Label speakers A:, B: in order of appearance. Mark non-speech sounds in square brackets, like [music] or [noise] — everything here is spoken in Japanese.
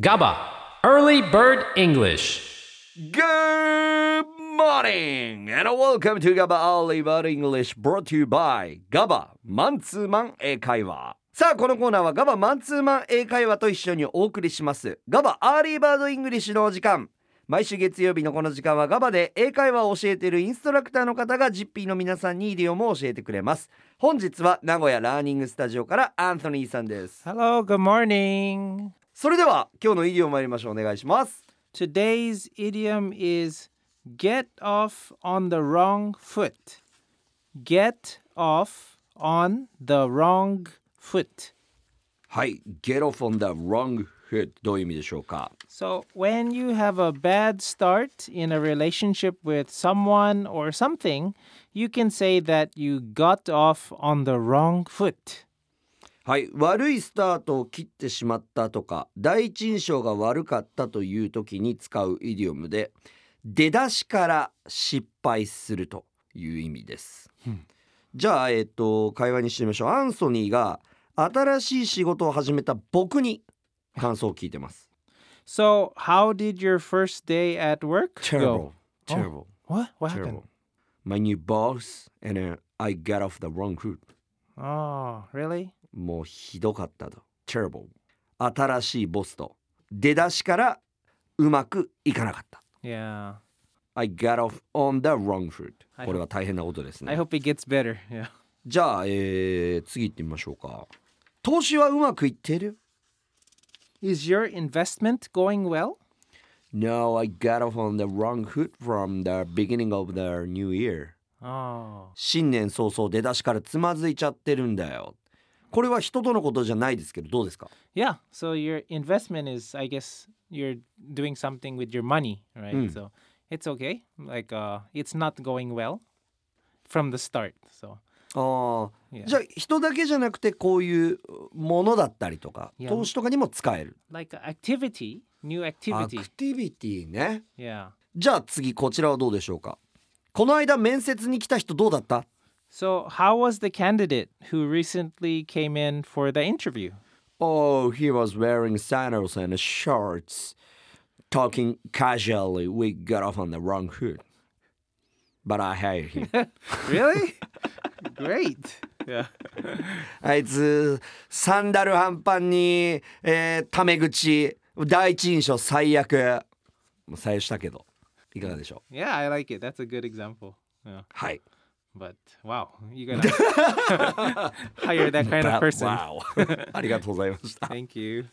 A: GABA, Early Bird English.
B: Good morning and welcome to GABA Early Bird English brought to you by GABA マンツーマン英会話さあこのコーナーは GABA マンツーマン英会話と一緒にお送りします GABA アーリーバードイングリッシュのお時間毎週月曜日のこの時間は GABA で英会話を教えているインストラクターの方がジッピーの皆さんにイディオムを教えてくれます本日は名古屋ラーニングスタジオからアンソニーさんです
C: Hello, good morning.
B: それでは今日のイディオム参りましょうお願いします
C: Today's idiom is get off on the wrong foot. Get off on the wrong foot.
B: はい、get off on the wrong foot どういう意味でしょうか
C: So, when you have a bad start in a relationship with someone or something, you can say that you got off on the wrong foot.
B: はい、悪いスタートを切ってしまったとか第一印象が悪かったという時に使うイディオムで出だしから失敗するという意味です、じゃあ、えっと会話にしてみましょうアンソニーが新しい仕事を始めた僕に感想を聞いてます
C: So, how did your first day at work go?
B: terrible
C: What? What happened?
B: terrible my new boss and、I got off the wrong foot
C: Oh, really?
B: もうひどかったと。terrible。新しいボスと。出だしからうまくいかなかった。
C: Yeah.
B: I got off on the wrong foot.
C: I hope-
B: これは大変なことです
C: I
B: ね。
C: hope it gets better. [laughs] Yeah.
B: じゃあ、えー、次行ってみましょうか。投資はうまくいってる
C: Is your investment going well?
B: ?No, I got off on the wrong foot from the beginning of the new year.
C: Oh.
B: 新年早々出だしからつまずいちゃってるんだよ。これは人とのことじゃないですけど、どうですか
C: Yeah. So your investment is I guess you're doing something with your money, right?
B: Mm.
C: So it's okay. Like uh it's not going well from the start. So
B: ああ、
C: Yeah.
B: じゃあ人だけじゃなくてこういうものだったりとか、
C: いや
B: 投資とかにも使える。
C: like a activity, new
B: ア
C: activity.
B: クティビティね。
C: yeah.
B: じゃあ次こちらはどうでしょうか。この間面接に来た人どうだった
C: So how was the candidate who recently came in for the interview?
B: ?Oh, he was wearing sandals and shorts, talking casually. We got off on the wrong foot. But I hate him.
C: [laughs] Really? Great. Yeah.
B: [laughs] あいつサンダル半パンに、えータメ口第一印象最悪もう最悪したけどいかがでしょう
C: Yeah, I like it. That's a good example. Yeah.
B: はい
C: But wow, you [laughs] gotta hire that kind
B: That-
C: of person.
B: wow. [laughs] ありがとうございました
C: Thank you.